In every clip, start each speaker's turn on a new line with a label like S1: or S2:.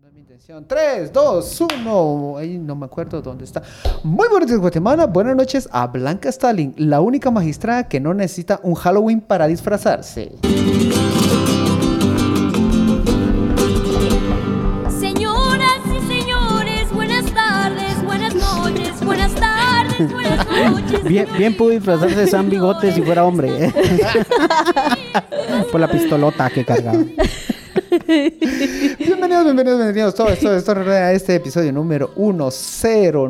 S1: No es mi intención. 3, 2, 1. Ahí no me acuerdo dónde está. Muy buenas noches, Guatemala. Buenas noches a Blanca Stalin, la única magistrada que no necesita un Halloween para disfrazarse.
S2: Señoras y señores, buenas tardes, buenas noches, buenas tardes, buenas noches.
S3: Bien, bien pudo disfrazarse de San Bigote si fuera hombre. ¿eh? Por la pistolota que cargaba.
S1: Bienvenidos, bienvenidos, bienvenidos. Todo esto, esto a este episodio número 10.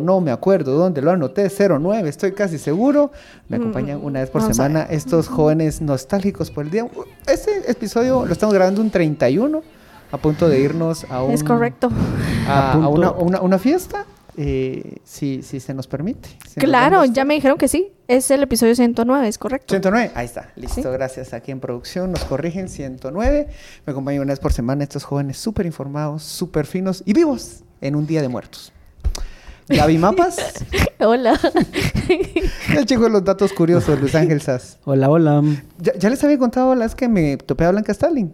S1: No me acuerdo dónde lo anoté. 09, estoy casi seguro. Me acompañan una vez por
S4: Mm. vamos a
S1: semana estos jóvenes nostálgicos por el día. Este episodio lo estamos grabando un 31, a punto de irnos a un.
S4: Es correcto.
S1: A,
S3: A
S1: a
S3: punto.
S1: una, una- una fiesta, eh, si, si se nos permite. Si nos
S4: Claro,
S1: vemos.
S4: ya me dijeron que sí. Es el episodio 109, es correcto.
S1: 109, ahí está, listo,
S4: Sí.
S1: gracias. Aquí en producción nos corrigen 109. Me acompañan una vez por semana estos jóvenes súper informados, súper finos y vivos en un día de muertos. Gaby Mapas,
S4: Hola.
S1: el chico de los datos curiosos, Luis Ángel Sass.
S3: Hola, hola.
S1: Ya, ya les había contado las que me topé a Blanca Stalin.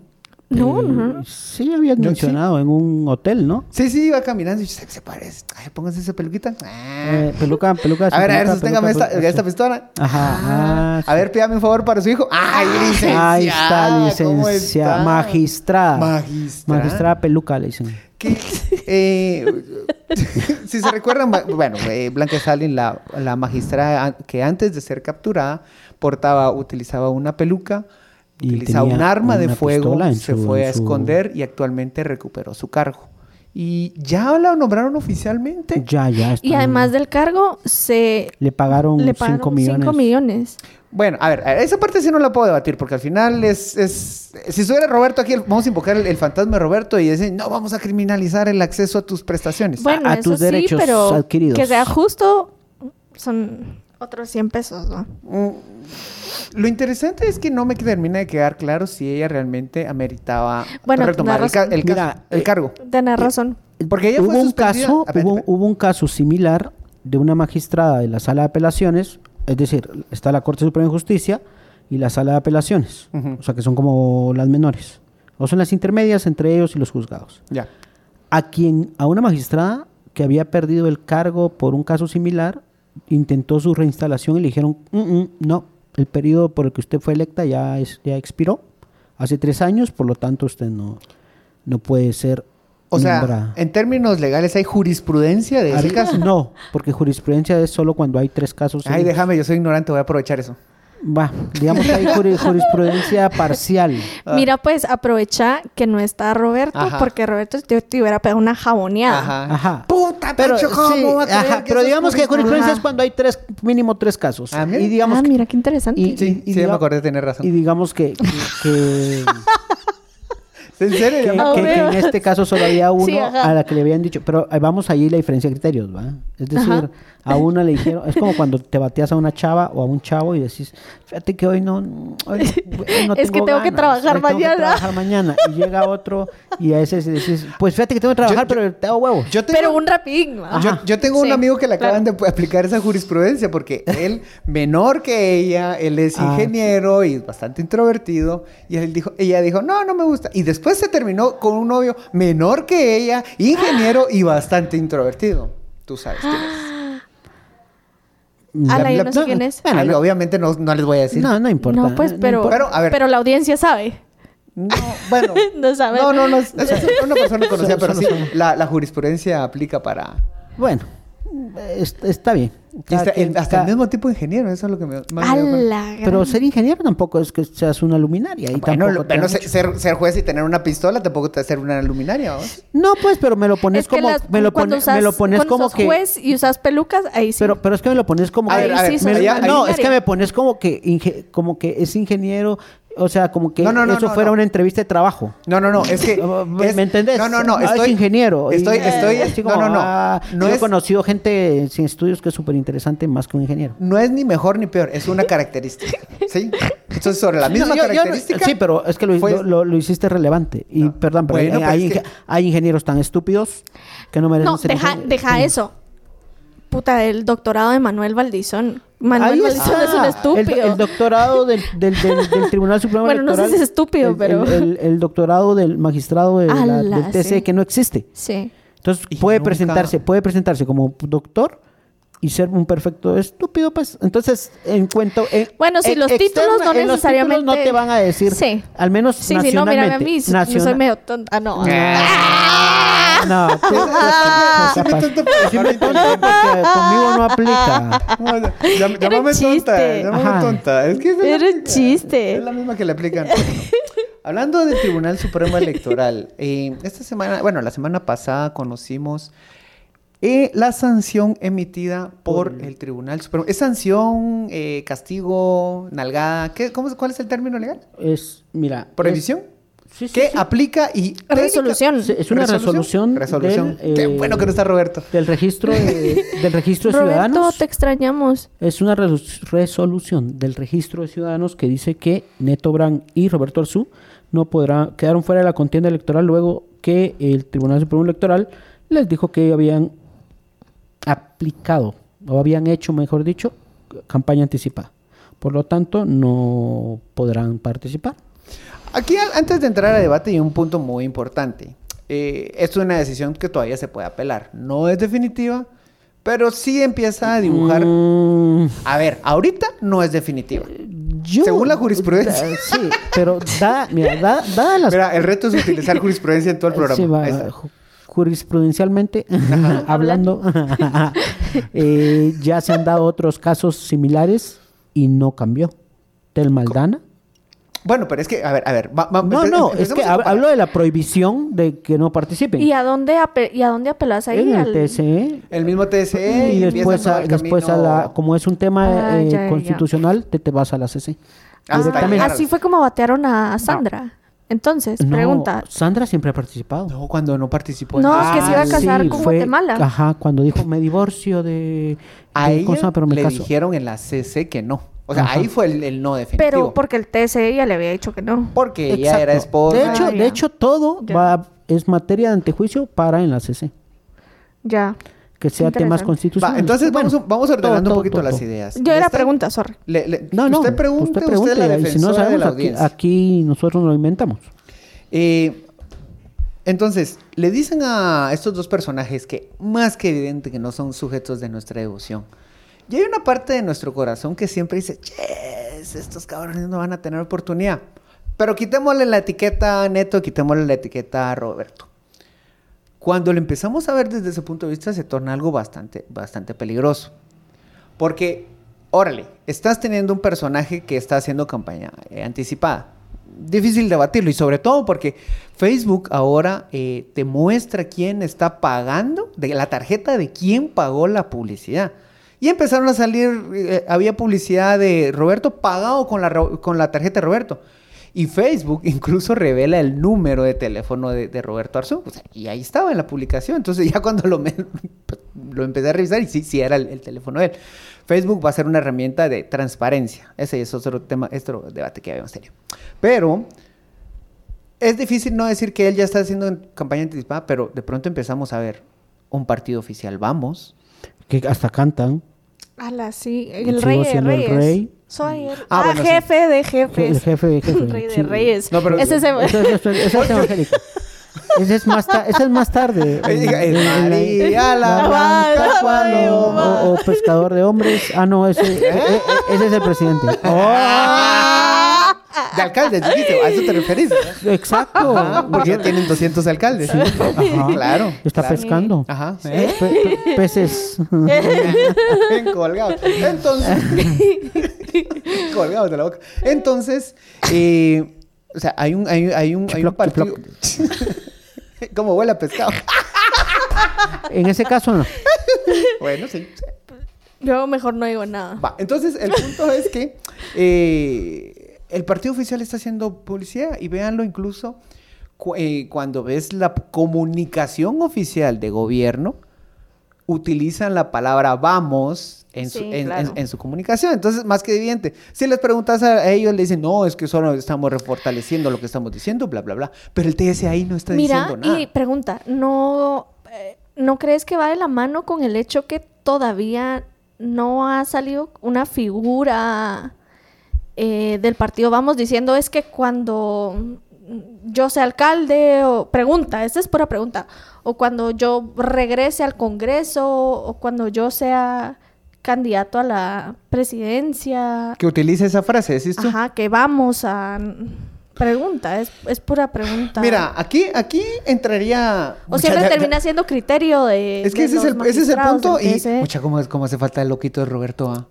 S4: No,
S3: Eh,
S4: no.
S3: Sí, habías
S1: Yo
S3: mencionado en un hotel, ¿no?
S1: Sí, sí, iba caminando y yo, se, se parece. Ay, pónganse esa peluquita. Ah.
S3: Eh, peluca, peluca.
S1: a ver, a ver,
S3: peluca,
S1: sosténgame
S3: peluca,
S1: esta,
S3: peluca,
S1: esta
S3: sí.
S1: pistola.
S3: Ajá,
S1: Ah,
S3: ah,
S1: a ver, pídame un favor para su hijo. ¡Ay, Ah, licenciada!
S3: Ahí está,
S1: ¿cómo
S3: licenciada.
S1: está?
S3: Magistrada.
S1: Magistrada.
S3: Magistrada peluca, le dicen.
S1: Que, eh, si se recuerdan, ma- bueno, eh, Blanca Stalin, la, la magistrada an- que antes de ser capturada portaba, utilizaba una peluca,
S3: Y
S1: utilizaba
S3: tenía
S1: un arma de
S3: una
S1: fuego,
S3: pistola en
S1: se
S3: su-
S1: fue
S3: en
S1: a
S3: su-
S1: esconder y actualmente recuperó su cargo. Y ya la nombraron oficialmente.
S3: Ya, ya. está.
S4: Y además del cargo, se
S3: Le pagaron
S4: le
S3: 5
S4: pagaron
S3: millones.
S4: 5 millones.
S1: Bueno, a ver, a- esa parte sí no la puedo debatir porque al final es... es- si estuviera Roberto aquí, el- vamos a invocar el, el fantasma de Roberto y decir, no, vamos a criminalizar el acceso a tus prestaciones.
S4: Bueno,
S3: a
S4: eso
S3: tus
S4: sí,
S3: derechos
S4: pero
S3: adquiridos.
S4: que sea justo, son otros 100 pesos, ¿no?
S1: Mm, Lo interesante es que no me termina de quedar claro si ella realmente ameritaba
S4: Bueno,
S1: retomar el,
S4: tenés
S1: ca-
S4: razón.
S1: el ca-
S3: Mira,
S1: el
S3: eh,
S1: cargo.
S4: Tenés razón.
S1: Porque ella
S3: hubo
S1: fue
S3: un
S1: suspendida-
S3: caso,
S1: a ver,
S3: hubo,
S1: espera.
S3: hubo un caso similar de una magistrada de la Sala de Apelaciones, es decir, está la Corte Suprema de Justicia y la Sala de Apelaciones,
S1: Ujú.
S3: o sea que son como las menores, o son las intermedias entre ellos y los juzgados.
S1: Ya.
S3: A quien, a una magistrada que había perdido el cargo por un caso similar, intentó su reinstalación y le dijeron, "Mm, mm, no, el periodo por el que usted fue electa ya, es- ya expiró hace tres años, por lo tanto usted no, no puede ser
S1: O sea,
S3: nombrada".
S1: en términos legales hay jurisprudencia de ese
S3: Ahorita
S1: caso.
S3: No, porque jurisprudencia es solo cuando hay tres casos.
S1: Ay,
S3: en-
S1: déjame, yo soy ignorante, voy a aprovechar eso.
S3: Va, digamos que hay juri- jurisprudencia parcial.
S4: Mira, pues aprovecha que no está Roberto,
S1: Ajá.
S4: porque Roberto te, te hubiera pegado una Ah, jaboneada.
S3: Ajá.
S1: Puta,
S3: Pero,
S1: Pacho, ¿cómo
S3: sí,
S1: voy a creer
S3: ajá,
S1: que eso
S3: pero
S1: es
S3: digamos que jurisprudencia es
S1: jurisprudencia?
S3: cuando hay tres, mínimo tres casos.
S1: Ah, mira.
S3: y digamos
S4: ah,
S3: que-
S4: mira, qué interesante.
S3: y-
S1: Sí,
S3: y
S1: sí, ya me
S3: diga-
S1: acordé, tenés razón.
S3: y digamos que, que-
S1: ¿En serio?
S3: que-
S1: Ya me
S4: Ah,
S3: que-
S1: acordé.
S3: que
S4: bueno.
S3: en este caso solo había uno
S4: Sí, ajá.
S3: a la que le habían dicho, pero eh, vamos ahí la diferencia de criterios, ¿va? Es decir,
S4: Ajá.
S3: a una le dijeron, es como cuando te bateas a una chava o a un chavo y decís, fíjate que hoy no, hoy- hoy no
S4: Es que tengo que trabajar
S3: hoy tengo que
S4: mañana".
S3: trabajar mañana. Y llega otro y a ese le decís, pues fíjate que tengo que trabajar,
S1: Yo- yo-
S3: pero te hago huevo.
S1: Yo tengo-
S4: Pero un rapidín, ¿no?
S1: Yo,
S3: Ajá.
S1: yo tengo un
S4: Sí,
S1: amigo que le acaban de aplicar esa jurisprudencia porque él, menor que ella, él es
S3: Ah,
S1: ingeniero y es bastante introvertido. Y él dijo, ella dijo, no, no me gusta. Y después se terminó con un novio menor que ella, ingeniero y bastante introvertido. Tú sabes quién es.
S4: A
S1: La-
S4: la, yo
S1: la-
S4: Ah, no sé quién es.
S3: bueno,
S1: Ay,
S3: no-
S1: Ah, Obviamente no, no les voy a decir.
S3: No, no importa.
S4: No, pues, pero,
S3: importa.
S1: Pero, a ver.
S4: pero la audiencia sabe.
S1: No, bueno.
S4: No sabes.
S1: No, no, no. Es, es- es una persona conocida,
S3: Solo-
S1: pero sí,
S3: solo son-
S1: la, la jurisprudencia aplica para...
S3: Bueno, es- está bien.
S1: y
S3: Cada
S1: hasta,
S3: quien-
S1: el, hasta
S3: cada-
S1: el mismo tipo de ingeniero, eso es lo que me... más
S4: A
S1: me dio cuenta.
S4: la gran-
S3: Pero ser ingeniero tampoco es que seas una luminaria. Y
S1: Bueno,
S3: tampoco
S1: lo-
S3: te
S1: bueno,
S3: dan
S1: se-
S3: mucho.
S1: ser, ser juez y tener una pistola tampoco te hacer una luminaria, ¿vos?
S3: No, pues, pero me lo pones
S4: Es que
S3: como.
S4: las-
S3: me, lo
S4: cuando
S3: pone-
S4: usas-
S3: me lo pones
S4: cuando
S3: como
S4: usas
S3: que.
S4: juez y usas pelucas, ahí sí.
S3: Pero, pero es que me lo pones como
S1: A
S3: que.
S1: ver, a ver,
S4: Ahí sí sos
S3: me-
S1: mira, ya-
S4: una
S1: ahí-
S3: no, es
S4: luminaria.
S3: que me pones como que, inge- como que es ingeniero. O sea, como que
S1: No, no, no,
S3: eso
S1: no,
S3: fuera
S1: no.
S3: una entrevista de trabajo. Ah,
S1: No, no, no, es que...
S3: ¿Me
S1: es-
S3: me entendés?
S1: No, no, no,
S3: Ah,
S1: estoy...
S3: es ingeniero. y-
S1: Estoy, estoy...
S3: así
S1: no,
S3: como,
S1: no, no.
S3: ah,
S1: no,
S3: yo he
S1: es,
S3: conocido gente sin estudios que es súper interesante más que un ingeniero.
S1: no es ni mejor ni peor, es una característica, ¿sí? Entonces, sobre la misma
S3: No, yo- yo no-
S1: característica...
S3: sí, pero es que lo,
S1: fue-
S3: lo- lo hiciste relevante. Y perdón, pero
S1: Bueno,
S3: hay-
S1: pero
S3: hay,
S1: es que-
S3: inge- hay ingenieros tan estúpidos que no merecen
S4: no,
S3: ser
S4: deja,
S3: ingeniero-
S4: deja eso. Puta, el doctorado de Manuel Valdizón. Manuel
S3: Ahí
S4: Melchor
S3: está.
S4: es un
S3: El,
S4: estúpido.
S3: el doctorado del, del, del- del Tribunal Supremo
S4: Bueno, no sé
S3: Electoral.
S4: si es estúpido,
S3: el-
S4: pero-
S3: El, el- el doctorado del magistrado de la-
S4: Ala,
S3: del TC
S4: sí.
S3: que no existe.
S4: Sí.
S3: Entonces
S1: Y
S3: puede
S1: nunca-
S3: presentarse, puede presentarse como doctor y ser un perfecto estúpido, pues. Entonces, en cuanto en-
S4: Bueno, sí,
S3: en-
S4: los títulos no
S3: en los títulos
S4: necesariamente-
S3: no te van a decir.
S4: Sí.
S3: Al menos
S4: Sí, sí, no, mírame a
S3: nacionalmente.
S4: mí. s- Yo
S3: naciona-
S4: soy medio tonta. Ah, no.
S3: No,
S1: Ah, Decime
S3: te-
S1: tonto por
S3: Decime
S1: dejarme
S3: Ah, tonto porque conmigo no aplica.
S1: No, ya- llam-
S4: Era un
S1: Llámame tonta,
S4: chiste.
S1: llámame
S3: Ajá.
S1: tonta. Es que es la
S4: Era un
S1: misma-
S4: chiste.
S1: Es la misma que le aplican. Hablando del Tribunal Supremo Electoral, eh, esta semana, bueno, la semana pasada conocimos eh, la sanción emitida por el Tribunal Supremo. ¿Es sanción, eh, castigo, nalgada? ¿Qué, cómo, es- ¿Cuál es el término legal?
S3: Es, mira.
S1: ¿Prohibición?
S3: es- sí, sí,
S1: que
S3: sí.
S1: aplica y... técnica-
S4: Resolución.
S3: Sí, es una resolución.
S1: Resolución.
S3: del,
S1: Qué
S3: eh,
S1: bueno que no está Roberto.
S3: Del registro de, del registro de
S4: Roberto,
S3: ciudadanos.
S4: te extrañamos.
S3: Es una resolu- resolución del registro de ciudadanos que dice que Neto Brand y Roberto Arzú no podrán, quedaron fuera de la contienda electoral luego que el Tribunal Supremo Electoral les dijo que habían aplicado o habían hecho, mejor dicho, campaña anticipada. Por lo tanto, no podrán participar.
S1: Aquí al- antes de entrar a debate hay un punto muy importante. Eh, esto es una decisión que todavía se puede apelar. No es definitiva, pero sí empieza a dibujar.
S3: Mm,
S1: A ver, ahorita no es definitiva.
S3: yo-
S1: Según la jurisprudencia.
S3: Da- sí, pero dada, mira, da- dadas las
S1: Mira, el reto es utilizar jurisprudencia en todo el programa.
S3: Sí, va,
S1: Ahí está.
S3: ju- jurisprudencialmente hablando, eh, ya se han dado otros casos similares y no cambió. Tel Maldana.
S1: Bueno, pero es que, a ver, a ver. va- va-
S3: No,
S1: empe- em-
S3: no,
S1: empecemos
S3: es que
S1: a
S3: hab-
S1: comparar.
S3: hablo de la prohibición de que no participen.
S4: ¿Y a dónde, ape- y a dónde apelas ahí?
S3: en el
S4: Al-
S3: TSE.
S1: El mismo TSE
S3: E. y
S1: empieza
S3: después,
S1: todo
S3: a,
S1: el
S3: después a
S1: camino
S3: la, como es un tema
S4: Ah,
S3: eh,
S4: ya, ya.
S3: constitucional, te, te vas a la CC.
S1: hasta
S4: Ah,
S1: llegar a-
S4: así fue como batearon a Sandra. Entonces,
S3: No,
S4: pregunta.
S3: Sandra siempre ha participado.
S1: No, cuando no participó. en-
S4: No, es que se iba a
S1: Ah,
S4: casar con Guatemala.
S3: Ajá, cuando dijo me divorcio de,
S1: A
S3: de
S1: ella
S3: Ah, cosa, pero me
S1: le
S3: caso".
S1: dijeron en la CC que no. O sea,
S3: Ajá.
S1: ahí fue el, el no definitivo.
S4: Pero porque el TSE ya le había dicho que no.
S1: Porque ella
S3: Exacto.
S1: era esposa.
S3: De hecho,
S4: Ah,
S3: de
S4: ya.
S3: hecho todo
S4: Ya.
S3: va, es materia de antejuicio para en la CC.
S4: Ya.
S3: Que sea temas
S4: Interesante.
S3: constitucionales.
S1: Va, entonces
S3: Bueno,
S1: vamos, vamos ordenando
S3: todo,
S1: un poquito
S3: todo,
S1: las
S3: todo.
S1: ideas.
S4: Yo era
S1: Esta-
S4: pregunta, sorry.
S1: le- le-
S3: No, no.
S1: usted pregunta, usted, es la
S3: pregunte, y
S1: defensora
S3: si no
S1: de
S3: sabemos,
S1: la
S3: aquí,
S1: audiencia.
S3: aquí nosotros lo inventamos.
S1: Eh, entonces, le dicen a estos dos personajes que más que evidente que no son sujetos de nuestra devoción. Y hay una parte de nuestro corazón que siempre dice, yes, estos cabrones no van a tener oportunidad. Pero quitémosle la etiqueta a Neto, quitémosle la etiqueta a Roberto. Cuando lo empezamos a ver desde ese punto de vista se torna algo bastante, bastante peligroso. Porque, órale, estás teniendo un personaje que está haciendo campaña eh, anticipada. Difícil debatirlo y sobre todo porque Facebook ahora eh, te muestra quién está pagando, de la tarjeta de quién pagó la publicidad. Y empezaron a salir, eh, había publicidad de Roberto pagado con la, ro- con la tarjeta de Roberto. Y Facebook incluso revela el número de teléfono de, de Roberto Arzú. O sea, y ahí estaba en la publicación. Entonces ya cuando lo, me- pues, lo empecé a revisar y sí, sí era el, el teléfono de él. Facebook va a ser una herramienta de transparencia. Ese es otro tema, es otro debate que habíamos tenido. Pero es difícil no decir que él ya está haciendo campaña anticipada, pero de pronto empezamos a ver un partido oficial. Vamos.
S3: Que hasta cantan.
S4: Ala, sí.
S3: Sigo
S4: El rey de
S3: siendo el
S4: reyes.
S3: rey.
S4: Soy el
S1: Ah,
S4: ah,
S1: bueno, sí.
S4: jefe de
S3: Je-
S4: jefes.
S3: El jefe de jefe.
S4: El rey de
S3: sí.
S4: reyes.
S1: No, pero-
S4: Ese es el-
S3: Eso, eso- eso- eso es evangélico. Ese es más, ta- ese es más tarde.
S1: Ahí diga,
S3: En- en- en-
S1: María la blanca
S3: o,
S1: paloma.
S3: o- o pescador de hombres. Ah, no, ese, e- e- ese es el presidente. Oh,
S1: De alcaldes, dijiste, a eso te referís. ¿verdad?
S3: Oh, exacto.
S1: Ah, Porque ya tienen 200 alcaldes.
S3: Ajá.
S1: Claro.
S3: Está
S1: claro.
S3: pescando.
S1: Ajá. ¿eh?
S3: Pe- pe- peces.
S1: Bien colgado. Entonces. colgado de la boca. Entonces, eh, o sea, hay un, hay, un- hay un, hay un
S3: Chiploc,
S1: partido. Como huele a pescado.
S3: En ese caso no.
S1: Bueno, sí. sí.
S4: Yo mejor no digo nada.
S1: Va, entonces el punto es que eh, el partido oficial está haciendo publicidad y véanlo incluso cu- eh, cuando ves la p- comunicación oficial de gobierno, utilizan la palabra vamos en, su,
S4: Sí,
S1: en-
S4: claro.
S1: en- en su comunicación. Entonces, más que evidente, si les preguntas a ellos, le dicen, no, es que solo estamos refortaleciendo lo que estamos diciendo, bla, bla, bla. Pero el TSE ahí no está
S4: Mira,
S1: diciendo nada.
S4: y pregunta, ¿no, eh, ¿no crees que va de la mano con el hecho que todavía no ha salido una figura eh, del partido. Vamos diciendo, es que cuando yo sea alcalde, o pregunta, esta es pura pregunta, o cuando yo regrese al Congreso, o cuando yo sea candidato a la presidencia.
S1: Que utilice esa frase, ¿decís tú?
S4: Ajá, que vamos a... Pregunta, es, es pura pregunta.
S1: Mira, aquí, aquí entraría...
S4: O
S1: Mucha,
S4: siempre
S1: ya- ya-
S4: termina siendo criterio de.
S1: Es que
S4: de
S1: ese es,
S4: los
S1: el, ese es el
S4: magistrados
S1: punto
S4: del
S1: y...
S4: TSE.
S1: Mucha, cómo, es- cómo hace falta el loquito de Roberto, ¿ah?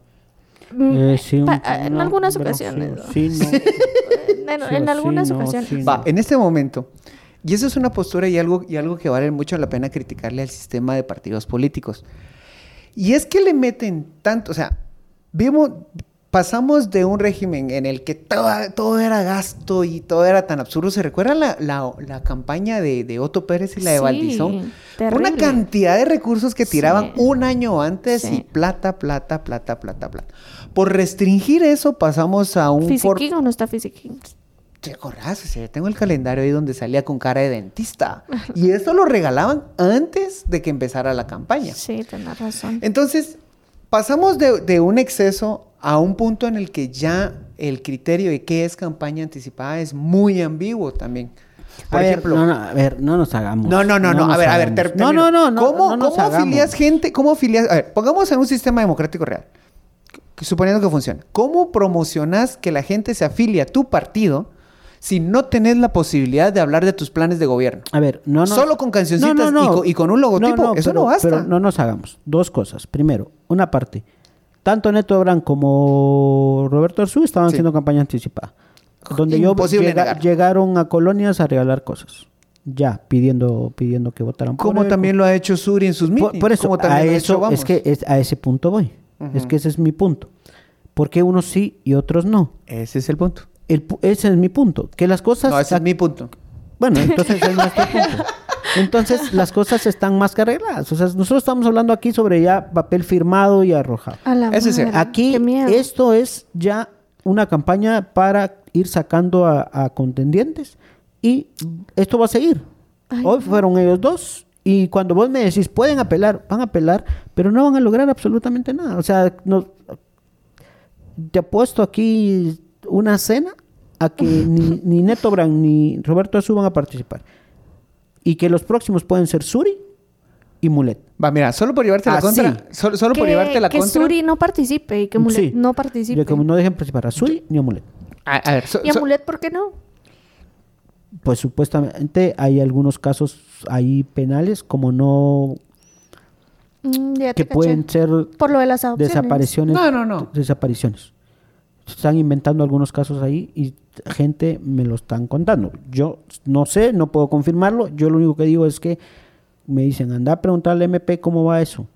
S4: Mm,
S3: Eh, sí, un-
S4: pa- en
S3: no,
S4: algunas
S3: pero sí,
S4: ocasiones. ¿no?
S3: Sí, no.
S4: En, en
S3: sí,
S4: algunas
S3: no,
S4: ocasiones.
S3: sí, no.
S1: Va, en este momento, y eso es una postura y algo, y algo que vale mucho la pena criticarle al sistema de partidos políticos. Y es que le meten tanto, o sea, vimos, pasamos de un régimen en el que todo, todo era gasto y todo era tan absurdo. ¿Se recuerda la, la- la campaña de, de Otto Pérez y la de
S4: Sí,
S1: Valdizón? Fue Una
S4: terrible.
S1: cantidad de recursos que tiraban
S4: Sí.
S1: un año antes
S4: Sí.
S1: y plata, plata, plata, plata, plata. Por restringir eso pasamos a un... for-
S4: ¿Fisiquín o no está Fisiquín?
S1: ¿Te acordás? O sea, eh, tengo el calendario ahí donde salía con cara de dentista. Y eso lo regalaban antes de que empezara la campaña.
S4: Sí, tenés razón.
S1: Entonces, pasamos de, de un exceso a un punto en el que ya el criterio de qué es campaña anticipada es muy ambiguo también.
S3: A
S1: Por
S3: ver,
S1: ejemplo,
S3: no, no, a ver, no nos hagamos.
S1: no, no, no, no, a
S3: nos
S1: ver, a ver,
S3: hagamos.
S1: ter-
S3: No,
S1: termino.
S3: no, no, no.
S1: ¿Cómo,
S3: no nos
S1: cómo
S3: hagamos.
S1: afilias gente? ¿Cómo afilias? A ver, pongamos en un sistema democrático real, que- suponiendo que funciona. ¿Cómo promocionas que la gente se afilie a tu partido si no tenés la posibilidad de hablar de tus planes de gobierno?
S3: A ver, no, no.
S1: Solo con cancioncitas y co- y con un logotipo, eso
S3: pero-
S1: no basta.
S3: Pero no nos hagamos. Dos cosas. Primero, una parte. Tanto Neto Abrán como Roberto Arzú estaban
S1: Sí.
S3: haciendo campaña anticipada. Donde yo
S1: Imposible
S3: llega-
S1: negar.
S3: llegaron a colonias a regalar cosas. Ya, pidiendo, pidiendo que votaran por
S1: Como
S3: él,
S1: también lo ha hecho Suri en sus
S3: Por-
S1: mítines.
S3: Por, eso,
S1: como
S3: a
S1: también lo ha
S3: eso
S1: hecho Vamos.
S3: es que es- a ese punto voy. Es que ese es mi punto. ¿Por qué unos sí y otros no?
S1: Ese es el punto.
S3: El pu- ese es mi punto. Que las cosas.
S1: No, ese
S3: a-
S1: es mi punto.
S3: Bueno, entonces es nuestro punto. Entonces las cosas están más que arregladas. O sea, nosotros estamos hablando aquí sobre ya papel firmado y arrojado.
S4: A la
S1: Eso sí,
S4: madre,
S3: Aquí
S4: qué miedo.
S3: esto es ya una campaña para ir sacando a, a contendientes y esto va a seguir.
S4: Ay,
S3: Hoy fueron ellos dos y cuando vos me decís pueden apelar, van a apelar, pero no van a lograr absolutamente nada. O sea, no, te apuesto aquí una cena a que ni, ni Neto Brand ni Roberto Azú van a participar y que los próximos pueden ser Suri y Mulet.
S1: Va, mira, solo por llevarte la
S3: Así.
S1: contra. Solo, solo por
S4: Que-
S1: llevarte la
S4: que
S1: contra.
S4: Suri no participe y que Mulet
S3: Sí.
S4: no
S3: Y
S4: participe.
S3: que no dejen participar a Suri ni a Mulet.
S1: A, a ver, so-
S4: ¿Y a
S1: so-
S4: Mulet por qué no?
S3: Pues supuestamente hay algunos casos ahí penales como no
S4: Mm, ya te
S3: que
S4: caché.
S3: pueden ser
S4: Por lo de las adopciones.
S3: desapariciones.
S1: No, no, no.
S3: Desapariciones. Están inventando algunos casos ahí y gente me lo están contando. Yo no sé, no puedo confirmarlo. Yo lo único que digo es que me dicen, anda a preguntarle al MP cómo va eso.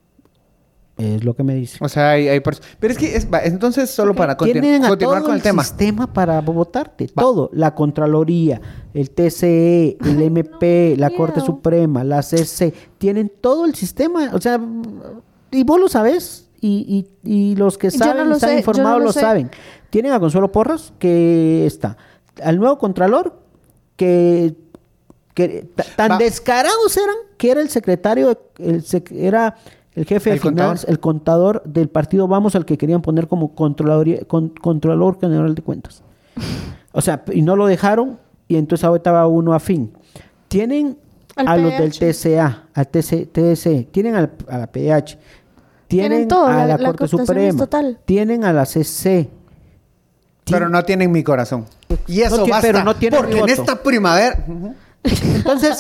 S3: Es lo que me dicen.
S1: O sea, hay, hay pers- Pero es que, es, va, entonces, solo para continu-
S3: Tienen a
S1: continuar
S3: todo
S1: con el, tema.
S3: sistema para votarte. Todo. La Contraloría, el TCE, el MP, la Corte
S4: miedo.
S3: Suprema, la CC. Tienen todo el sistema. O sea, y vos lo sabés. Y, y- y los que
S4: Yo no
S3: saben,
S4: lo
S3: están
S4: sé, yo
S3: informados,
S4: no lo
S3: lo
S4: sé.
S3: saben. Tienen a Consuelo Porras, que está. Al nuevo Contralor, que... que ta- tan
S1: Va.
S3: descarados eran que era el secretario, el sec- era el jefe jefe de
S1: El contador.
S3: finanzas, el contador del partido Vamos al que querían poner como controladoría- con- controlador general de cuentas. O sea, y no lo dejaron y entonces ahorita va uno afín. Tienen
S4: Al
S3: a los del
S4: PH.
S3: TCA, al TC, TSE, tienen al- a la PH, tienen,
S4: Tienen todo,
S3: a
S4: la-
S3: la,
S4: la
S3: Corte
S4: cooptación es
S3: Suprema,
S4: total.
S3: tienen a la CC.
S1: Pero no tienen mi corazón. Y eso
S3: No ti-
S1: basta.
S3: pero no tienen
S1: porque
S3: mi
S1: en
S3: voto.
S1: esta primavera. Ujú.
S3: Entonces,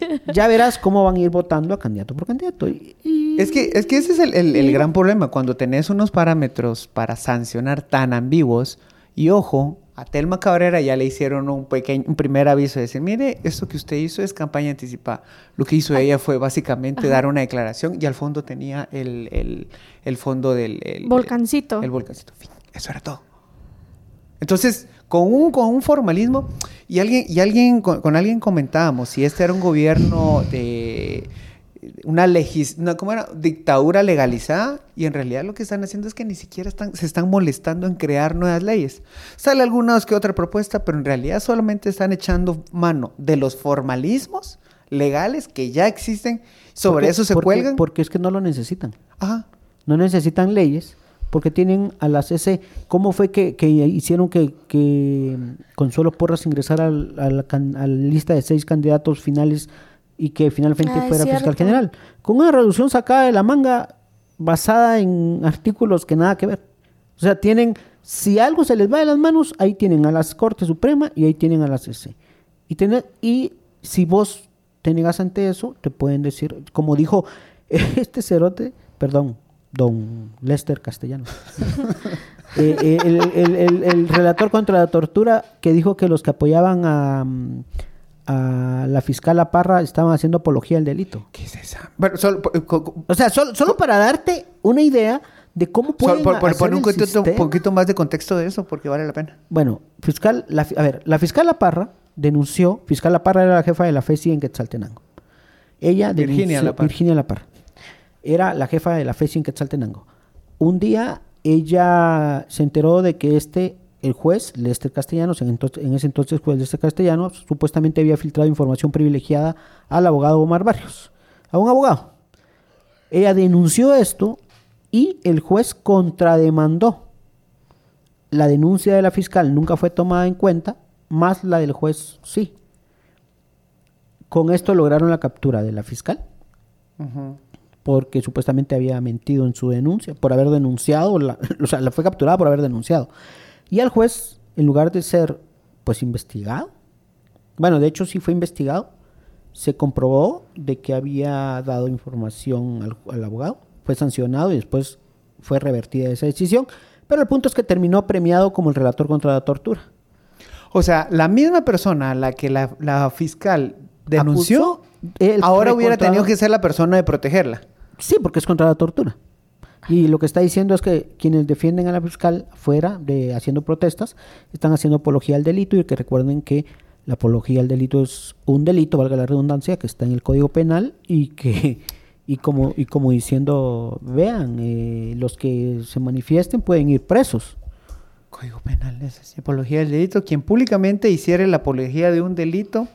S3: eh, ya verás cómo van a ir votando a candidato por candidato. Y- y-
S1: Es que, es que ese es el, el- el gran problema, cuando tenés unos parámetros para sancionar tan ambiguos, y ojo, a Telma Cabrera ya le hicieron un, pequeño, un primer aviso de decir, mire, esto que usted hizo es campaña anticipada. Lo que hizo ella fue básicamente dar una declaración y al fondo tenía el, el- el fondo del... el-
S4: Volcancito.
S1: El, volcancito. Fin. Eso era todo. Entonces, con un, con un formalismo, y alguien, y alguien con, con alguien comentábamos si este era un gobierno de una legis, una- ¿cómo era? dictadura legalizada, y en realidad lo que están haciendo es que ni siquiera están, se están molestando en crear nuevas leyes. Sale alguna que otra propuesta, pero en realidad solamente están echando mano de los formalismos legales que ya existen, sobre
S3: porque-
S1: eso se
S3: porque-
S1: cuelgan.
S3: Porque es que no lo necesitan.
S1: Ajá.
S3: no necesitan leyes porque tienen a la CC. ¿Cómo fue que, que hicieron que, que mm, Consuelo Porras ingresara al- a la, can- a la lista de seis candidatos finales y que finalmente
S4: Ah, es
S3: fuera fiscal
S4: cierto.
S3: general? Con una resolución sacada de la manga basada en artículos que nada que ver. O sea, tienen, si algo se les va de las manos, ahí tienen a la Corte Suprema y ahí tienen a la CC. Y, tener, y si vos te negas ante eso, te pueden decir, como dijo este cerote, perdón, don Lester Castellano, Eh, eh, el, el- el- el relator contra la tortura que dijo que los que apoyaban a, mm, a la fiscal Parra estaban haciendo apología del delito.
S1: ¿Qué es esa? Bueno, solo, por- co- co-
S3: O sea, solo, solo para darte una idea de cómo pueden
S1: solo por, por
S3: hacer
S1: poner un
S3: el
S1: poquito, un
S3: sistema.
S1: poquito más de contexto de eso, porque vale la pena.
S3: Bueno, fiscal, la fi- a ver, la fiscal Parra denunció, fiscal Parra era la jefa de la FESI en Quetzaltenango. Ella denunció,
S1: Virginia La Parra.
S3: Virginia La Parra. Era la jefa de la FESI en Quetzaltenango. Un día ella se enteró de que este, el juez Lester Castellanos, en, entonces- en ese entonces juez Lester Castellanos, supuestamente había filtrado información privilegiada al abogado Omar Barrios, a un abogado. Ella denunció esto y el juez contrademandó. La denuncia de la fiscal nunca fue tomada en cuenta, más la del juez sí. Con esto lograron la captura de la fiscal, porque supuestamente había mentido en su denuncia, por haber denunciado, la- o sea, la fue capturada por haber denunciado. Y al juez, en lugar de ser, pues, investigado, bueno, de hecho sí fue investigado, se comprobó de que había dado información al, al abogado, fue sancionado y después fue revertida esa decisión, pero el punto es que terminó premiado como el relator contra la tortura.
S1: O sea, la misma persona a la que la, la fiscal denunció,
S3: Acusó el
S1: ahora hubiera
S3: recontra-
S1: tenido que ser la persona de protegerla.
S3: Sí, porque es contra la tortura. Y lo que está diciendo es que quienes defienden a la fiscal fuera de haciendo protestas están haciendo apología al delito y que recuerden que la apología al delito es un delito, valga la redundancia, que está en el Código Penal y que y como y como diciendo, vean, eh, los que se manifiesten pueden ir presos.
S1: Código penal es apología del delito. Quien públicamente hiciere la apología de un delito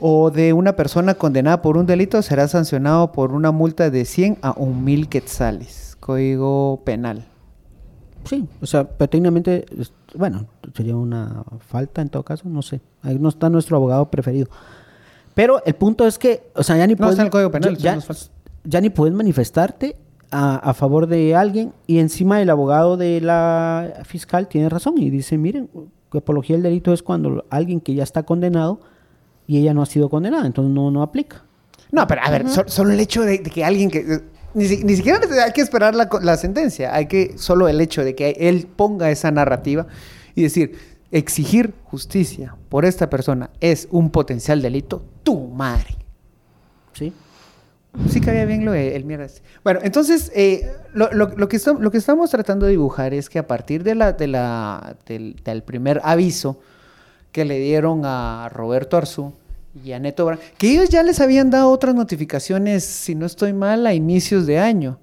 S1: o de una persona condenada por un delito será sancionado por una multa de 100 a 1000 quetzales. Código penal.
S3: Sí, o sea, pero técnicamente, es- bueno, sería una falta en todo caso, no sé. Ahí no está nuestro abogado preferido. Pero el punto es que, o sea, ya ni
S1: No, está en el Código Penal,
S3: ya,
S1: son los falsos.
S3: ya ni puedes manifestarte a, a favor de alguien y encima el abogado de la fiscal tiene razón y dice, miren, que apología del delito es cuando alguien que ya está condenado y ella no ha sido condenada, entonces no, no aplica.
S1: No, pero a ver, so- solo el hecho de, de que alguien que... eh, Ni, si- ni siquiera hay que esperar la, co- la sentencia, hay que solo el hecho de que él ponga esa narrativa y decir, exigir justicia por esta persona es un potencial delito, tu madre.
S3: Sí.
S1: Sí cabía bien lo de el mierda. ese. Bueno, entonces, eh, lo, lo- lo que estam- lo que estamos tratando de dibujar es que a partir de la, de la, del, del primer aviso que le dieron a Roberto Arzú y a Neto Brand, que ellos ya les habían dado otras notificaciones, si no estoy mal, a inicios de año.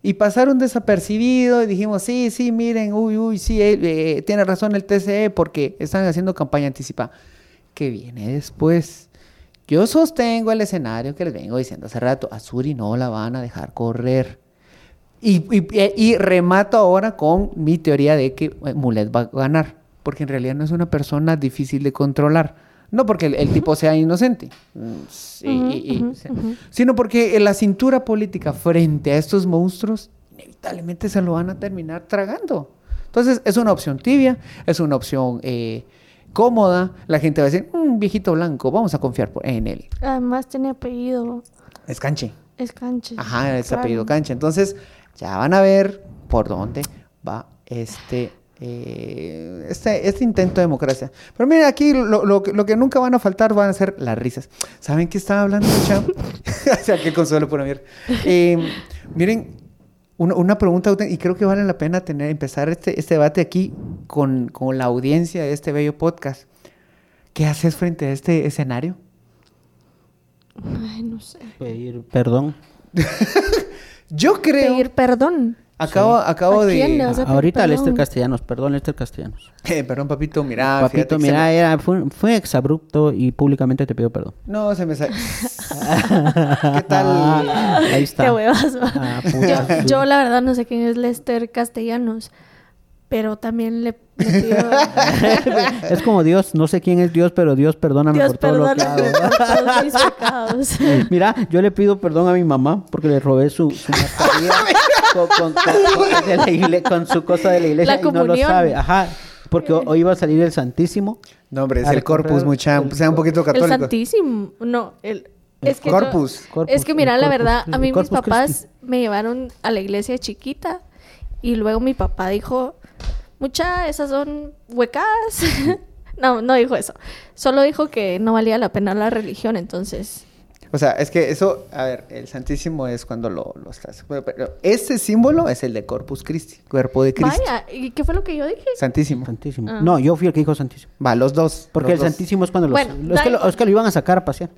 S1: Y pasaron desapercibidos y dijimos, sí, sí, miren, uy, uy, sí, él, eh, tiene razón el TCE porque están haciendo campaña anticipada. ¿Qué viene después? Yo sostengo el escenario que les vengo diciendo hace rato. Azuri no la van a dejar correr. Y, y- eh, y remato ahora con mi teoría de que eh, Mulet va a ganar. Porque en realidad no es una persona difícil de controlar. No porque el, el tipo sea inocente. mm, sí, y- y-
S4: Ujú,
S1: sí,
S4: ujú.
S1: Sino porque eh, la cintura política frente a estos monstruos inevitablemente se lo van a terminar tragando. Entonces es una opción tibia, es una opción eh, cómoda. La gente va a decir, un viejito blanco, vamos a confiar por- en él.
S4: Además tiene apellido
S1: Es canche.
S4: Escanche.
S1: Ajá, es
S4: Claro.
S1: apellido cancha. Entonces, ya van a ver por dónde va este, eh, este, este intento de democracia. Pero miren, aquí lo, lo que- lo que nunca van a faltar van a ser las risas. ¿Saben qué estaba hablando, Cham? o sea, qué consuelo por mierda. Eh, miren, una, una pregunta, auten- y creo que vale la pena tener, empezar este, este debate aquí con, con la audiencia de este bello podcast. ¿Qué haces frente a este escenario?
S4: Ay, no sé.
S3: Pedir perdón.
S1: Yo creo...
S4: Pedir perdón.
S1: Acabo, acabo
S4: ¿A
S1: de.
S4: quién le vas a-
S3: Ahorita
S4: perdón.
S3: Lester Castellanos, perdón, Lester Castellanos.
S1: Eh, perdón, papito, mira. fíjate
S3: Papito,
S1: que se
S3: mira,
S1: me-
S3: era, fue, fue exabrupto y públicamente te pido perdón.
S1: No, se me sale. ¿Qué tal?
S3: Ahí
S4: Te
S3: está.
S4: huevas, va.
S3: Ah, puta,
S4: yo,
S3: sí.
S4: yo la verdad no sé quién es Lester Castellanos, pero también le, le pido...
S3: pues, es como Dios, no sé quién es Dios, pero Dios perdóname
S4: Dios
S3: por todo lo que
S4: perdóname
S3: hago.
S4: por todos mis pecados.
S3: Mira, yo le pido perdón a mi mamá porque le robé su, su mascarilla con, con- con- con- de la igle- con su cosa de la iglesia
S4: La
S3: y no lo
S4: comunión.
S3: sabe. Ajá, porque ho- hoy iba a salir el Santísimo.
S1: No, hombre, es
S3: A
S1: el corpus,
S3: recorrer
S1: mucha.
S3: el
S1: Sea un poquito
S4: El
S1: católico.
S4: Santísimo. No, el... Es que yo-
S1: Corpus.
S3: Corpus,
S4: es que mira,
S3: el
S4: la
S3: Corpus
S4: verdad, a
S3: Christi,
S4: mí mis
S3: Corpus
S4: papás
S3: Christi.
S4: me llevaron a la iglesia chiquita y luego mi papá dijo, mucha, esas son huecadas. no, no dijo eso. Solo dijo que no valía la pena la religión, entonces...
S1: O sea, es que eso, a ver, el Santísimo es cuando lo, lo estás. Pero, pero ese símbolo es el de Corpus Christi, cuerpo de Cristo.
S4: Vaya, ¿y qué fue lo que yo dije?
S1: Santísimo.
S3: Santísimo.
S4: Ah.
S3: No, yo fui el que dijo Santísimo.
S1: Va, los dos.
S3: Porque
S1: los
S3: el
S1: dos.
S3: Santísimo es cuando los,
S4: Bueno,
S3: es,
S4: da
S3: que lo,
S4: igual.
S3: es que lo iban a sacar a pasear.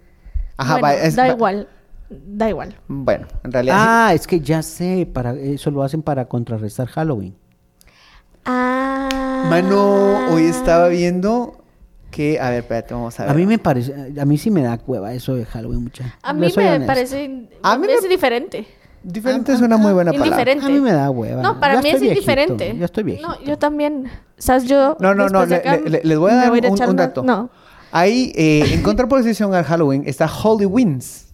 S1: Ajá,
S4: Bueno,
S1: va, es-
S4: da
S1: va-
S4: igual, da igual.
S1: Bueno, en realidad.
S3: Ah, es que ya sé, para eso lo hacen para contrarrestar Halloween.
S4: Ah.
S1: Mano, hoy estaba viendo que. A ver, espérate, vamos a ver.
S3: A mí me parece, a mí sí me da cueva eso de Halloween mucha.
S4: A
S3: Le
S4: mí
S3: soy
S4: me
S3: honesto.
S4: parece.
S1: A mí me- Eh,
S4: es diferente.
S1: Diferente
S3: Ah,
S1: es una muy buena palabra.
S4: Indiferente.
S3: A mí me da hueva.
S4: No, para
S3: Ya
S4: mí es
S3: estoy viejito,
S4: indiferente.
S3: Ya estoy viejito.
S4: No, yo también. O sea, yo.
S1: No, no, no,
S4: después de
S1: le-
S4: acá
S1: le- le- les voy a
S4: me
S1: dar
S4: ir
S1: un,
S4: echar
S1: un
S4: una-
S1: dato.
S4: No.
S1: Ahí, eh, en contraposición al Halloween, está Holy Wins.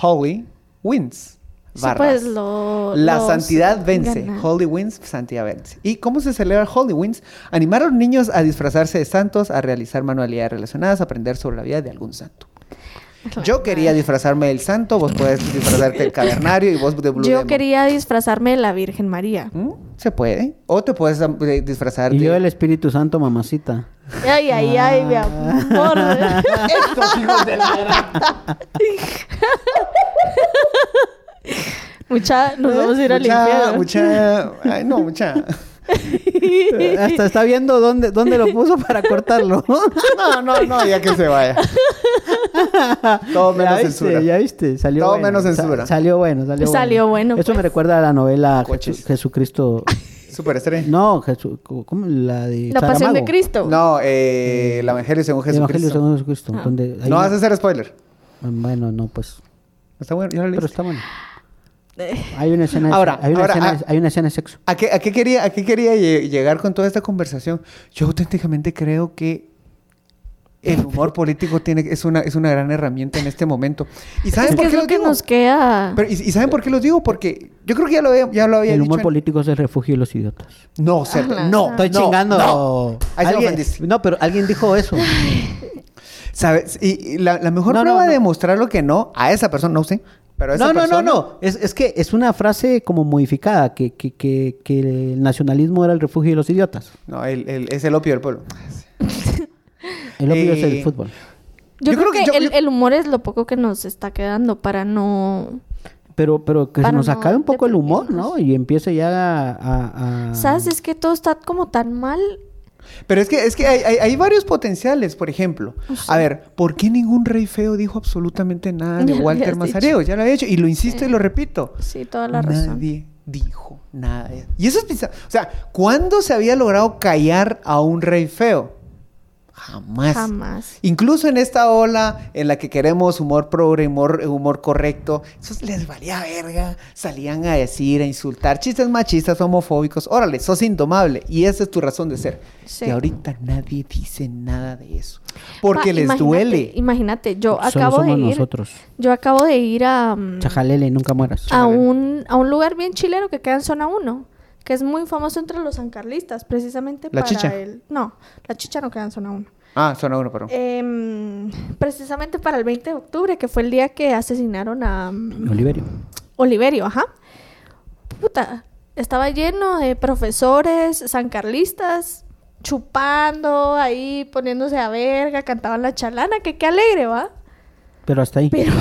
S1: Holy Wins.
S4: Sí,
S1: Barras.
S4: pues lo.
S1: La
S4: los
S1: santidad vence.
S4: gana.
S1: Holy Wins, santidad vence. ¿Y cómo se celebra el Holy Wins? Animar a los niños a disfrazarse de santos, a realizar manualidades relacionadas, a aprender sobre la vida de algún santo. Yo quería disfrazarme del santo, vos podés disfrazarte del cavernario y vos de Blue
S4: Yo
S1: Demon.
S4: quería disfrazarme de la Virgen María.
S1: ¿Mm? Se puede. O te puedes am- eh, disfrazar
S3: Y yo
S1: de-
S3: el Espíritu Santo, mamacita.
S4: Ay, ay, ay, mi amor.
S1: Estos hijos de la-
S4: Mucha, nos vamos a ir al
S1: ¿Eh? Mucha,
S4: infierno.
S1: Mucha... Ay, no, mucha...
S3: Hasta está viendo dónde, dónde lo puso para cortarlo.
S1: No, no, no, ya que se vaya. Todo menos
S3: ya viste,
S1: censura.
S3: ya viste, salió
S1: Todo
S3: bueno.
S1: menos
S3: Sa-
S1: censura.
S3: salió bueno, salió bueno.
S4: Salió bueno,
S3: Eso me
S4: pues.
S3: recuerda a la novela
S1: Coches.
S3: Jesu- Jesucristo.
S1: Superestrella.
S3: No, Jesu- ¿cómo? La de
S4: La pasión de
S3: Saramago.
S4: Cristo.
S1: No, eh, el Evangelio según
S3: El Evangelio
S1: Jesucristo.
S3: según Jesucristo.
S4: Ah.
S3: donde hay-
S1: No vas a hacer spoiler.
S3: Bueno, no, pues.
S1: Está bueno, ya lo
S3: Pero
S1: leíste.
S3: está bueno. Hay una escena,
S1: Ahora,
S3: hay una
S1: ahora,
S3: escena,
S1: ah.
S3: hay una escena de sexo.
S1: ¿A qué, a qué quería, a qué quería lle- llegar con toda esta conversación? Yo auténticamente creo que el humor político tiene, es, una, es una gran herramienta en este momento. ¿Y saben
S4: Es que
S1: por
S4: es
S1: qué
S4: lo
S1: lo
S4: que
S1: digo?
S4: nos queda.
S1: Pero, ¿y, y saben por qué los digo? Porque yo creo que ya lo, había- ya lo había
S3: El
S1: dicho
S3: humor
S1: en-
S3: político es el refugio de los idiotas.
S1: No, cierto.
S4: Ala,
S1: no,
S4: ala.
S3: Estoy
S1: no,
S3: chingando.
S1: No. Ahí se
S3: Alguien-
S1: ofendiste.
S3: no, pero alguien dijo eso.
S1: ¿Sabes? Y, y la, la mejor
S3: No, no,
S1: prueba
S3: no.
S1: de mostrar lo que no, a esa persona, no sé. Pero a esa
S3: No, no, no,
S1: persona-
S3: no. Es, es que es una frase como modificada, que, que, que, que el nacionalismo era el refugio de los idiotas.
S1: No, el- el- es el opio del pueblo.
S3: El opio
S1: Eh,
S3: es el fútbol.
S4: Yo, creo, que,
S1: yo- yo-
S4: el, el humor es lo poco que nos está quedando para no...
S3: Pero, pero que se
S4: para
S3: nos
S4: no
S3: acabe un poco el humor, ¿no? Y empiece ya a...
S1: Ah.
S3: a- a-
S4: ¿Sabes? Es que todo está como tan mal.
S1: Pero es que, es que hay, hay- hay varios potenciales, por ejemplo.
S4: Oh,
S1: A ver, ¿por qué ningún rey feo dijo absolutamente nada de
S4: Ya lo
S1: Walter
S4: habías
S1: Mazareo? Ya lo había hecho. Y lo insisto y lo repito.
S4: Sí, toda la razón.
S1: Nadie dijo nada. de- Y eso es bizarro. O sea, ¿cuándo se había logrado callar a un rey feo? Jamás.
S4: Jamás.
S1: Incluso en esta ola en la que queremos humor progre, humor, humor correcto, esos les valía verga, salían a decir, a insultar, chistes machistas, homofóbicos, órale, sos indomable y esa es tu razón de ser.
S4: Sí.
S1: Y ahorita nadie dice nada de eso, porque
S4: Pa,
S1: les
S4: imagínate,
S1: duele.
S4: Imagínate, yo
S3: Solo
S4: acabo de
S3: somos
S4: ir...
S3: nosotros.
S4: Yo acabo de ir a... mm,
S3: Chajalele, nunca mueras.
S4: a, un, a un lugar bien chilero que queda en Zona 1, que es muy famoso entre los sancarlistas, precisamente
S1: ¿La
S4: para
S1: chicha?
S4: el... No, la chicha no queda en Zona 1.
S1: Ah, suena uno, perdón.
S4: Em, precisamente para el 20 de octubre, que fue el día que asesinaron a... mm,
S3: Oliverio.
S4: Oliverio, ajá. Puta, estaba lleno de profesores sancarlistas chupando ahí, poniéndose a verga, cantaban la chalana, que qué alegre, ¿va?
S3: Pero hasta ahí.
S4: Pero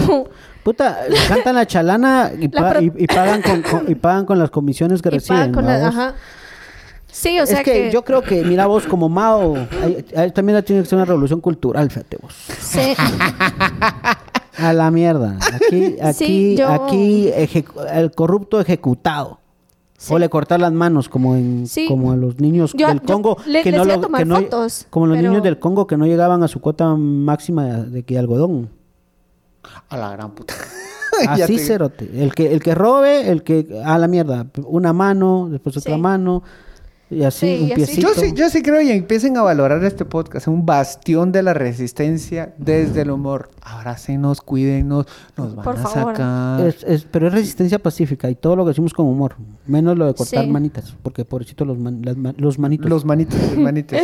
S3: Puta, cantan la chalana y,
S4: La
S3: pa-
S4: pro-
S3: y- y pagan con, con- y pagan con las comisiones que
S4: y pa-
S3: reciben.
S4: con la-
S3: ¿vamos?
S4: ajá. Sí, o sea
S3: es que, yo creo que, mira vos, como Mao, hay- hay- también tiene que ser una revolución cultural, fíjate vos.
S4: Sí.
S3: A la mierda. Aquí, aquí,
S4: yo-
S3: aquí, ejecu- el corrupto ejecutado.
S4: Sí.
S3: O le cortar las manos, como en
S4: Sí.
S3: como a los niños
S4: Yo-
S3: del
S4: yo
S3: Congo.
S4: le-
S3: que
S4: les
S3: no
S4: iba a
S3: lo-
S4: tomar
S3: que no-
S4: fotos,
S3: Como los
S4: pero-
S3: niños del Congo que no llegaban a su cuota máxima de, de algodón.
S1: A la gran puta. Ya
S3: Así
S1: te-
S3: cerote. El que, el que robe, el que. A la mierda. Una mano, después otra
S4: Sí.
S3: mano. Y así,
S4: Sí,
S3: un
S4: y así.
S3: piecito.
S1: Yo sí, yo sí creo y empiecen a valorar este podcast, un bastión de la resistencia desde el humor. Abrácenos, cuídenos, nos van a
S4: Por favor.
S1: sacar.
S3: Es- es- pero es resistencia pacífica y todo lo que decimos con humor. Menos lo de cortar
S4: Sí.
S3: manitas. Porque pobrecito los, man- las man- los manitos.
S1: Los manitos, los manites.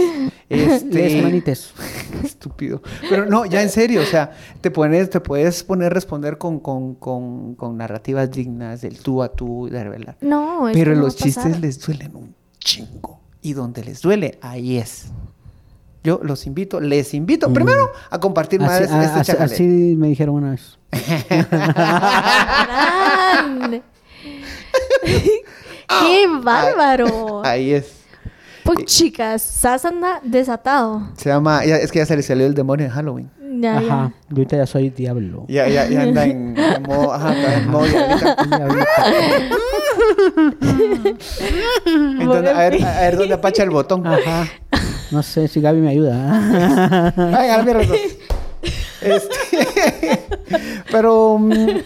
S1: Este,
S3: Les manites.
S1: Estúpido. Pero no, ya en serio, o sea, te pones, te puedes poner a responder con, con, con, con narrativas dignas del tú a tú de revelar.
S4: No, es
S1: Pero
S4: que no
S1: los
S4: va a pasar.
S1: chistes les duelen un chingo. Y donde les duele, ahí es. Yo los invito, les invito primero a compartir más
S3: Así, a-
S1: este
S3: así-
S1: chajalé.
S3: así me dijeron una vez.
S4: Arán. ¡Qué bárbaro!
S1: Ahí es.
S4: Pues chicas, Sas anda desatado.
S1: Se llama, ya- es que ya se le salió el demonio en Halloween.
S4: Ya,
S3: Ajá.
S4: ya.
S3: Yo ahorita ya soy diablo.
S1: Ya, ya, ya anda en, en modo, ajá, anda en modo diablita. Entonces, a ver, a ver dónde apacha el botón.
S3: Ajá. No sé si Gaby me ayuda. ¿eh?
S1: Ay, a la mierda los dos. Este, pero mm, eh,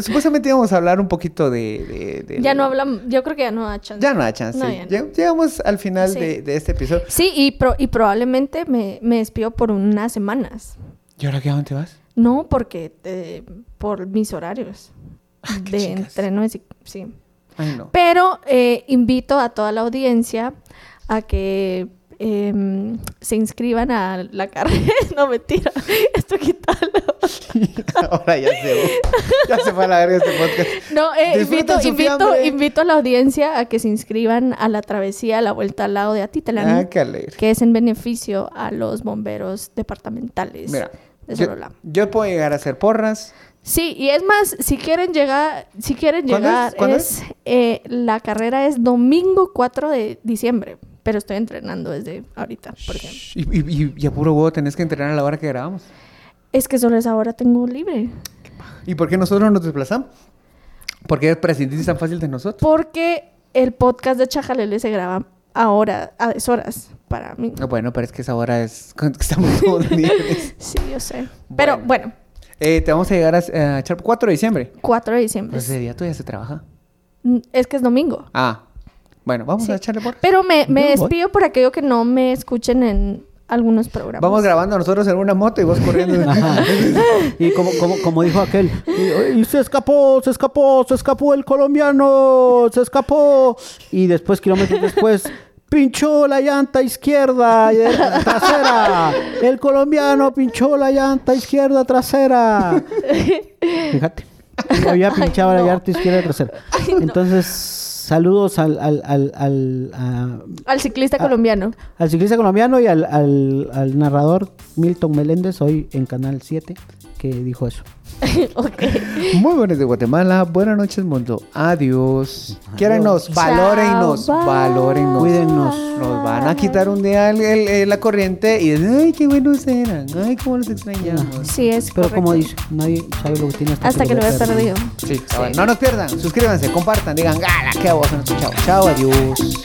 S1: supuestamente íbamos a hablar un poquito de... de- de-
S4: Ya no hablamos. Yo creo que ya no da chance.
S1: Ya no hay chance.
S4: No, ya no.
S1: Lleg- Llegamos al final
S4: Sí.
S1: de, de este episodio.
S4: Sí, y, pro- y probablemente me, me despido por unas semanas.
S1: ¿Y ahora qué? ¿A dónde vas?
S4: No, porque eh, por mis horarios de entreno. y- Sí.
S1: Ay, no.
S4: Pero eh, invito a toda la audiencia a que em, se inscriban a la carrera. no, mentira. Esto quítalo.
S1: ahora ya se, ya se fue a la verga este podcast.
S4: No, eh,
S1: Disfruten
S4: invito,
S1: su
S4: invito,
S1: fiambre.
S4: invito a la audiencia a que se inscriban a la travesía, a la vuelta al lado de Atitlán,
S1: Ah, qué alegre.
S4: que es en beneficio a los bomberos departamentales
S1: Mira,
S4: de
S1: yo,
S4: Sololá.
S1: yo puedo llegar a hacer porras.
S4: Sí, y es más, si quieren llegar, si quieren
S1: ¿Cuándo es?
S4: llegar,
S1: ¿Cuándo
S4: es, eh, la carrera es domingo 4 de diciembre, pero estoy entrenando desde ahorita, porque
S1: Y, y- y- y a puro huevo tenés que entrenar a la hora que grabamos.
S4: es que solo esa hora tengo libre.
S1: ¿Y por qué nosotros nos desplazamos? ¿Por qué prescindís tan fácil de nosotros?
S4: Porque el podcast de Chajalele se graba ahora, a horas, para mí.
S1: Ah, Bueno, pero es que esa hora es cuando estamos todos libres.
S4: Sí, yo sé. Pero bueno,
S1: Eh, te vamos a llegar a, a echar 4 de diciembre.
S4: 4 de diciembre.
S1: Pues ese día todavía se trabaja.
S4: Mm, Es que es domingo.
S1: Ah, bueno, vamos
S4: Sí.
S1: a echarle porras.
S4: Pero me, me
S3: Yo voy.
S4: despido por aquello que no me escuchen en algunos programas.
S1: Vamos grabando nosotros en una moto y vos corriendo.
S3: Ajá. Y como, como, como dijo aquel, y, y se escapó, se escapó, se escapó el colombiano, se escapó. Y después, kilómetros después, pinchó la llanta izquierda y de- trasera. El colombiano pinchó la llanta izquierda trasera. Fíjate, había pinchado
S4: no.
S3: la llanta izquierda trasera. Entonces, saludos al, al, al, al, a-
S4: Al ciclista colombiano.
S3: al ciclista colombiano y al, al- al narrador Milton Meléndez, hoy en Canal 7, que dijo eso.
S4: Ok.
S1: Muy buenas de Guatemala. Buenas noches, mundo. Adiós. Quiérannos, valórennos,
S4: Chao, bye.
S1: valórennos.
S3: Cuídennos.
S1: Nos van a quitar un día el- el- el- la corriente y ay, qué buenos eran. Ay, cómo los extrañamos.
S4: Sí, es
S3: Pero como
S4: correcto.
S3: dice, nadie sabe lo que tiene hasta,
S4: Hasta que lo
S3: ve
S4: veas perdido.
S1: Sí, cabal. No nos pierdan. Suscríbanse, compartan, digan, gala, qué voz. Chao, chao, adiós.